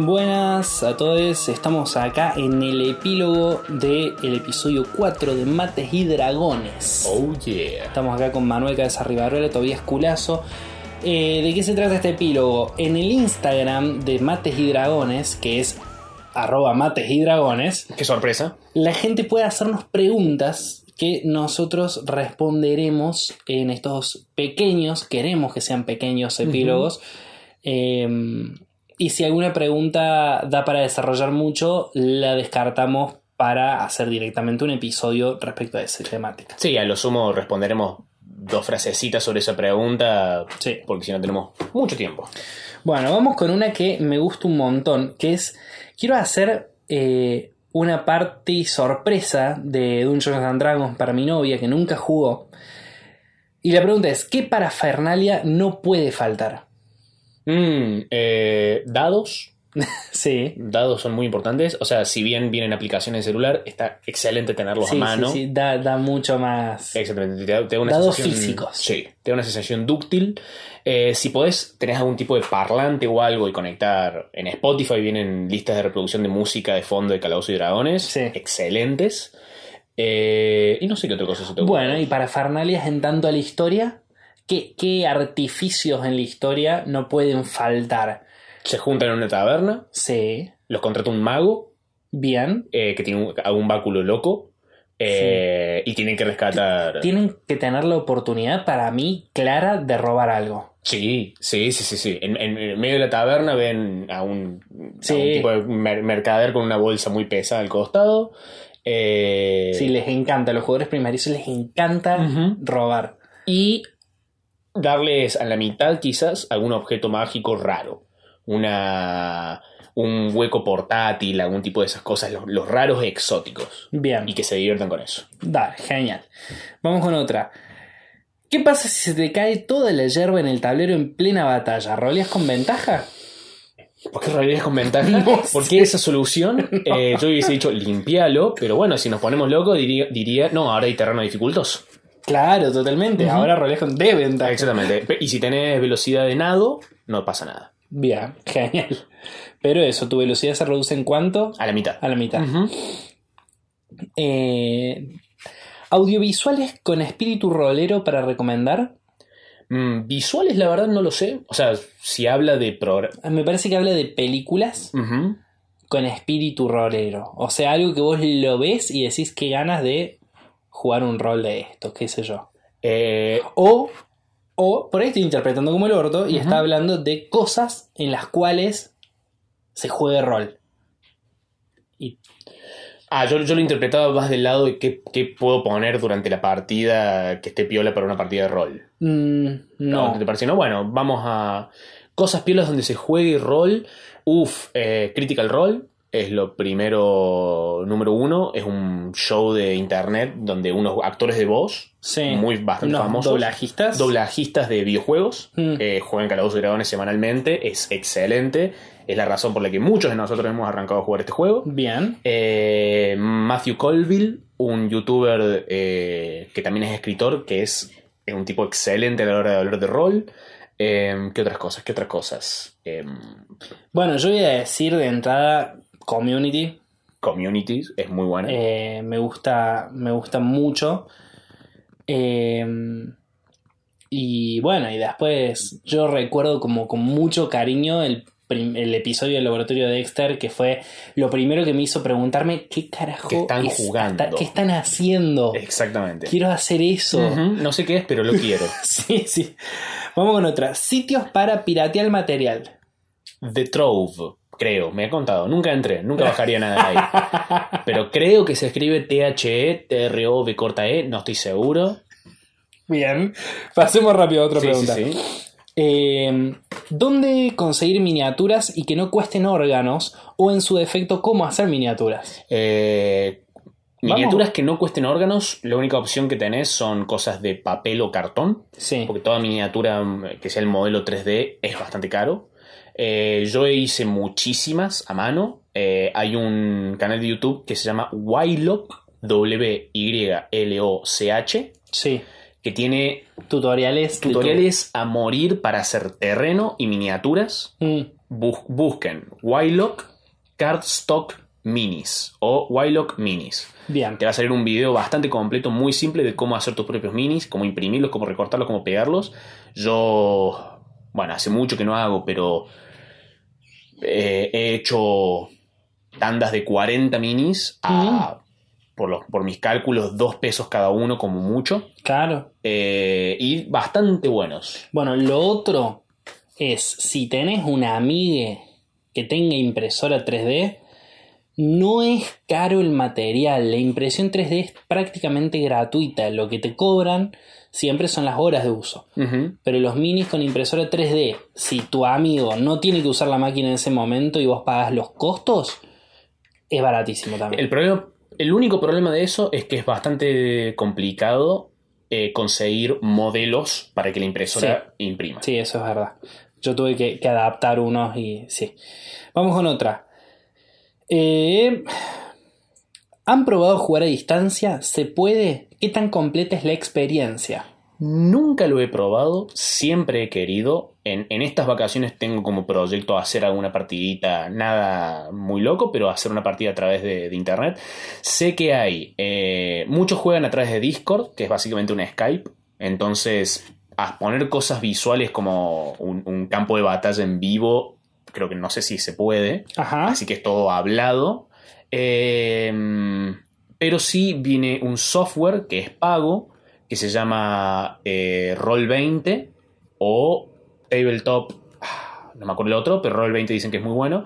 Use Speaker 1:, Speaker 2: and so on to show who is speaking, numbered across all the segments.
Speaker 1: Buenas a todos, estamos acá en el epílogo del episodio 4 de Mates y Dragones.
Speaker 2: Oh yeah.
Speaker 1: Estamos acá con Manuel Cabeza Rivarola, Tobías Culazo. Eh, ¿De qué se trata este epílogo? En el Instagram de Mates y Dragones, que es arroba mates y dragones,
Speaker 2: Qué sorpresa.
Speaker 1: la gente puede hacernos preguntas que nosotros responderemos en estos pequeños, queremos que sean pequeños epílogos. Eh, y si alguna pregunta da para desarrollar mucho, la descartamos para hacer directamente un episodio respecto a esa temática.
Speaker 2: Sí, a lo sumo responderemos dos frasecitas sobre esa pregunta.
Speaker 1: Sí.
Speaker 2: Porque si no tenemos mucho tiempo.
Speaker 1: Bueno, vamos con una que me gusta un montón, que es, quiero hacer eh, una party sorpresa de Dungeons and Dragons para mi novia que nunca jugó. Y la pregunta es, ¿qué parafernalia no puede faltar?
Speaker 2: Mm, eh, dados.
Speaker 1: Sí.
Speaker 2: Dados son muy importantes. O sea, si bien vienen aplicaciones de celular, está excelente tenerlos
Speaker 1: sí,
Speaker 2: a mano.
Speaker 1: sí, sí, da, da mucho más.
Speaker 2: Exactamente, te da, te da una
Speaker 1: Dados
Speaker 2: sensación-
Speaker 1: físicos.
Speaker 2: Sí, te da una sensación dúctil. Eh, si podés, tenés algún tipo de parlante o algo y conectar en Spotify, vienen listas de reproducción de música de fondo de Calabozos y Dragones.
Speaker 1: Sí.
Speaker 2: Excelentes. Eh, y no sé qué otra cosa se te ocurre.
Speaker 1: Bueno, y parafernalias en tanto a la historia, ¿qué, qué artificios en la historia no pueden faltar?
Speaker 2: Se juntan en una taberna,
Speaker 1: Sí.
Speaker 2: los contrata un mago
Speaker 1: Bien.
Speaker 2: eh, que tiene un, algún báculo loco eh, y tienen que rescatar.
Speaker 1: Tienen que tener la oportunidad, para mí, clara de robar algo.
Speaker 2: Sí, sí, sí, sí, sí. En, en- en medio de la taberna ven a un, a
Speaker 1: Sí.
Speaker 2: un tipo de mer- mercader con una bolsa muy pesada al costado. Eh,
Speaker 1: Sí, les encanta. A los jugadores primerizos les encanta
Speaker 2: Ujú.
Speaker 1: robar.
Speaker 2: Y darles a la mitad quizás algún objeto mágico raro. Una, un hueco portátil, algún tipo de esas cosas, los, los raros exóticos.
Speaker 1: Bien.
Speaker 2: Y que se diviertan con eso.
Speaker 1: Dale, genial. Vamos con otra. ¿Qué pasa si se te cae toda la hierba en el tablero en plena batalla? ¿Roleas con ventaja?
Speaker 2: ¿Por qué realidad con ventaja? ¿Por qué esa solución? Eh, yo hubiese dicho limpialo, pero bueno, si nos ponemos locos diría, diría no, ahora hay terreno dificultoso.
Speaker 1: Claro, totalmente.
Speaker 2: Ujú.
Speaker 1: Ahora roleas con desventaja.
Speaker 2: Exactamente. Pe- Y si tenés velocidad de nado, no pasa nada.
Speaker 1: Bien, genial. Pero eso, tu velocidad se reduce en cuánto?
Speaker 2: A la mitad.
Speaker 1: A la mitad.
Speaker 2: Ujú.
Speaker 1: Eh, ¿Audiovisuales con espíritu rolero para recomendar?
Speaker 2: Mm, visuales, la verdad, no lo sé. O sea, si habla de programa.
Speaker 1: Me parece que habla de películas con espíritu rolero. O sea, algo que vos lo ves y decís que ganas de jugar un rol de esto, qué sé yo.
Speaker 2: eh,
Speaker 1: O, o por ahí estoy interpretando como el orto y
Speaker 2: Ujú.
Speaker 1: está hablando de cosas en las cuales se juegue rol.
Speaker 2: ah, yo, yo lo interpretaba más del lado de qué, qué puedo poner durante la partida que esté piola para una partida de rol.
Speaker 1: Mm, no.
Speaker 2: ¿Te parece? No, bueno, vamos a cosas piolas donde se juegue rol. Uf, eh, Critical Role es lo primero, número uno. Es un show de internet donde unos actores de voz,
Speaker 1: Sí.
Speaker 2: muy bastante
Speaker 1: Unos
Speaker 2: famosos,
Speaker 1: doblajistas.
Speaker 2: doblajistas de videojuegos,
Speaker 1: Mm.
Speaker 2: eh, juegan Calabozos y Dragones semanalmente. Es excelente. Es la razón por la que muchos de nosotros hemos arrancado a jugar este juego.
Speaker 1: Bien.
Speaker 2: Eh, Matthew Colville, un youtuber eh, que también es escritor, que es, es un tipo excelente a la hora de hablar de rol. Eh, ¿Qué otras cosas? ¿Qué otras cosas? Eh,
Speaker 1: Bueno, yo voy a decir de entrada community.
Speaker 2: communities es muy buena.
Speaker 1: Eh, me gusta. Me gusta mucho. Eh, y bueno, y después yo recuerdo como con mucho cariño el, prim- el episodio del laboratorio de Dexter que fue lo primero que me hizo preguntarme qué carajo
Speaker 2: ¿Qué están
Speaker 1: es-
Speaker 2: jugando?
Speaker 1: está- qué están haciendo.
Speaker 2: Exactamente.
Speaker 1: Oh. Quiero hacer eso.
Speaker 2: Ujú, No sé qué es, pero lo quiero.
Speaker 1: Sí, sí. Vamos con otra. Sitios para piratear material.
Speaker 2: The Trove, creo, me ha contado. Nunca entré, nunca bajaría nada de ahí. Pero creo que se escribe E, T-H-E, T-R-O-V corta E, no estoy seguro.
Speaker 1: Bien, pasemos rápido a otra
Speaker 2: Sí, sí,
Speaker 1: pregunta.
Speaker 2: sí.
Speaker 1: Eh, ¿Dónde conseguir miniaturas y que no cuesten órganos? O en su defecto, ¿cómo hacer miniaturas?
Speaker 2: Eh,
Speaker 1: Vamos.
Speaker 2: miniaturas que no cuesten órganos, la única opción que tenés son cosas de papel o cartón,
Speaker 1: Sí.
Speaker 2: porque toda miniatura mm, que sea el modelo 3D es bastante caro. Eh, yo hice muchísimas a mano. Eh, hay un canal de YouTube que se llama Wylock, W-Y-L-O-C-H,
Speaker 1: Sí.
Speaker 2: que tiene
Speaker 1: Tutoriales. de
Speaker 2: tutoriales a morir para hacer terreno y miniaturas.
Speaker 1: todo. Mm.
Speaker 2: Bus- busquen Wylock Cardstock Minis o Wylock Minis.
Speaker 1: Bien.
Speaker 2: Te va a salir un video bastante completo, muy simple de cómo hacer tus propios minis, cómo imprimirlos, cómo recortarlos, cómo pegarlos. Yo, bueno, hace mucho que no hago, pero eh, he hecho tandas de 40 minis a, por, los, por mis cálculos, dos pesos cada uno como mucho.
Speaker 1: Claro.
Speaker 2: eh, y bastante buenos.
Speaker 1: Bueno, lo otro es, si tenés una amiga que tenga impresora 3D, no es caro el material. La impresión 3D es prácticamente gratuita. Lo que te cobran siempre son las horas de uso.
Speaker 2: Ujú.
Speaker 1: Pero los minis con impresora 3D, si tu amigo no tiene que usar la máquina en ese momento y vos pagás los costos, es baratísimo también.
Speaker 2: El problema, el único problema de eso es que es bastante complicado eh, conseguir modelos para que la impresora imprima.
Speaker 1: Sí, eso es verdad. Yo tuve que, que adaptar unos y sí. Vamos con otra. Eh, ¿Han probado jugar a distancia? ¿Se puede? ¿Qué tan completa es la experiencia?
Speaker 2: Nunca lo he probado, siempre he querido. En, en estas vacaciones tengo como proyecto hacer alguna partidita, nada muy loco, pero hacer una partida a través de, de internet. Sé que hay, eh, muchos juegan a través de Discord, que es básicamente un Skype. Entonces, a poner cosas visuales como un, un campo de batalla en vivo, creo que no sé si se puede.
Speaker 1: Ajá.
Speaker 2: Así que es todo hablado. Eh, pero sí viene un software que es pago, que se llama eh, Roll20 o Tabletop. ah, No me acuerdo el otro, pero Roll20 dicen que es muy bueno.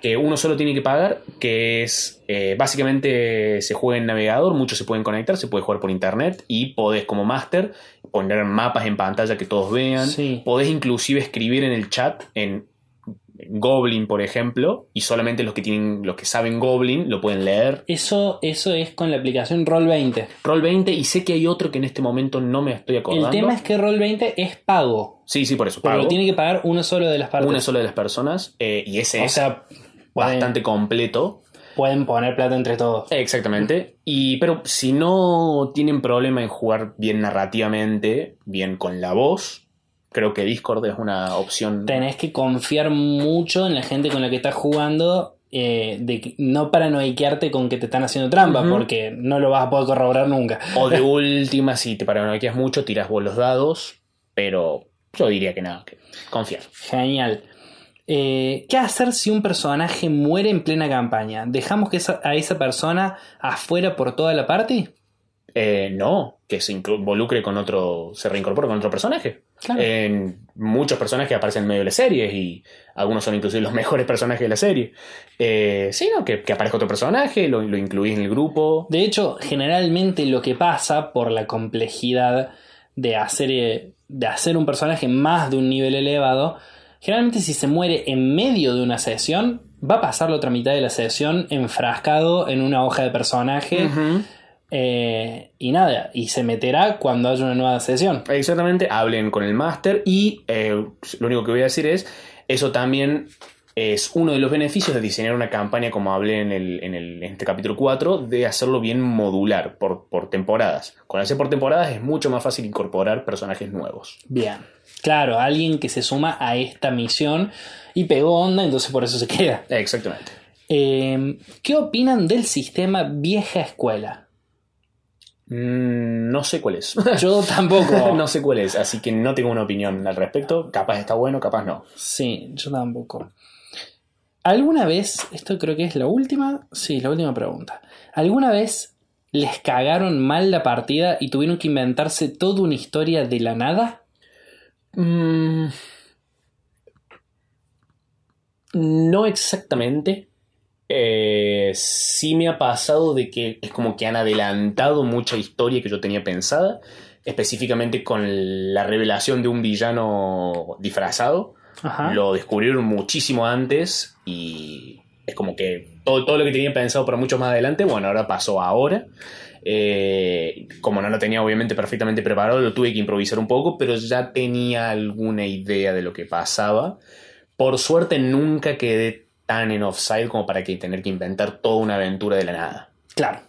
Speaker 2: Que uno solo tiene que pagar, que es eh, básicamente se juega en navegador, muchos se pueden conectar, se puede jugar por internet y podés como máster poner mapas en pantalla que todos vean.
Speaker 1: Sí.
Speaker 2: Podés inclusive escribir en el chat en Goblin, por ejemplo, y solamente los que tienen, los que saben Goblin lo pueden leer.
Speaker 1: Eso, eso es con la aplicación Roll20.
Speaker 2: Roll 20 y sé que hay otro que en este momento no me estoy acordando.
Speaker 1: El tema es que Roll20 es pago.
Speaker 2: sí, sí, por eso
Speaker 1: Pero
Speaker 2: pago.
Speaker 1: lo tiene que pagar uno solo de las partes.
Speaker 2: una sola de las personas eh, y ese
Speaker 1: O
Speaker 2: es
Speaker 1: sea, pueden-
Speaker 2: bastante completo.
Speaker 1: pueden poner plata entre todos.
Speaker 2: Exactamente. Y pero si no tienen problema en jugar bien narrativamente, bien con la voz, creo que Discord es una opción.
Speaker 1: tenés que confiar mucho en la gente con la que estás jugando. eh, de que- no paranoiquearte con que te están haciendo trampa,
Speaker 2: Ujú.
Speaker 1: porque no lo vas a poder corroborar nunca.
Speaker 2: O de última, si te paranoias mucho, tiras vos los dados, pero yo diría que nada, que confiar.
Speaker 1: Genial. Eh, ¿Qué hacer si un personaje muere en plena campaña? ¿Dejamos que esa- a esa persona afuera por toda la party?
Speaker 2: Eh, no, que se inclu- involucre con otro, se reincorpore con otro personaje.
Speaker 1: Claro.
Speaker 2: En muchos personajes que aparecen en medio de las series y algunos son inclusive los mejores personajes de la serie. Eh, sí, ¿no? Que, que aparezca otro personaje, lo, lo incluís en el grupo.
Speaker 1: De hecho, generalmente lo que pasa por la complejidad de hacer, eh, de hacer un personaje más de un nivel elevado, generalmente si se muere en medio de una sesión, va a pasar la otra mitad de la sesión enfrascado en una hoja de personaje eh, y nada, y se meterá cuando haya una nueva sesión.
Speaker 2: Exactamente, hablen con el máster y eh, lo único que voy a decir es, eso también es uno de los beneficios de diseñar una campaña como hablé en, el, en, el- en este capítulo 4, de hacerlo bien modular por, por temporadas. Con hacer por temporadas es mucho más fácil incorporar personajes nuevos.
Speaker 1: Bien. Claro, alguien que se suma a esta misión y pegó onda, entonces por eso se queda.
Speaker 2: Exactamente.
Speaker 1: Eh, ¿Qué opinan del sistema vieja escuela?
Speaker 2: Mm, no sé cuál es.
Speaker 1: Yo tampoco.
Speaker 2: no sé cuál es, así que no tengo una opinión al respecto. Capaz está bueno, capaz no.
Speaker 1: Sí, yo tampoco. ¿Alguna vez, esto creo que es la última, sí, la última pregunta. ¿Alguna vez les cagaron mal la partida y tuvieron que inventarse toda una historia de la nada?
Speaker 2: Mm, no exactamente. Eh, sí me ha pasado de que es como que han adelantado mucha historia que yo tenía pensada, específicamente con la revelación de un villano disfrazado.
Speaker 1: Ajá.
Speaker 2: Lo descubrieron muchísimo antes y es como que todo, todo lo que tenía pensado para mucho más adelante, bueno, ahora pasó ahora. Eh, como no lo tenía obviamente perfectamente preparado, lo tuve que improvisar un poco, pero ya tenía alguna idea de lo que pasaba. Por suerte nunca quedé tan en offside como para que tener que inventar toda una aventura de la nada.
Speaker 1: Claro.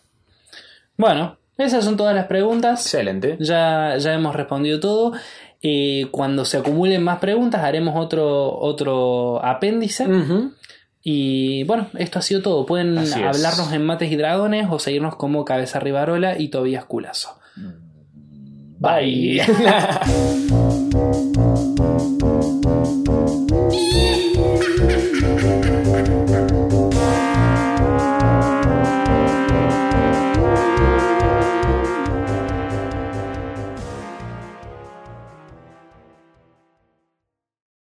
Speaker 1: Bueno, Esas son todas las preguntas.
Speaker 2: Excelente.
Speaker 1: Ya, ya hemos respondido todo. Eh, cuando se acumulen más preguntas, haremos otro, otro apéndice.
Speaker 2: Ujú.
Speaker 1: Y bueno, esto ha sido todo. Pueden
Speaker 2: Así es.
Speaker 1: hablarnos en Mates y Dragones o seguirnos como Cabeza Rivarola y Tobías Culazo.
Speaker 2: Bye.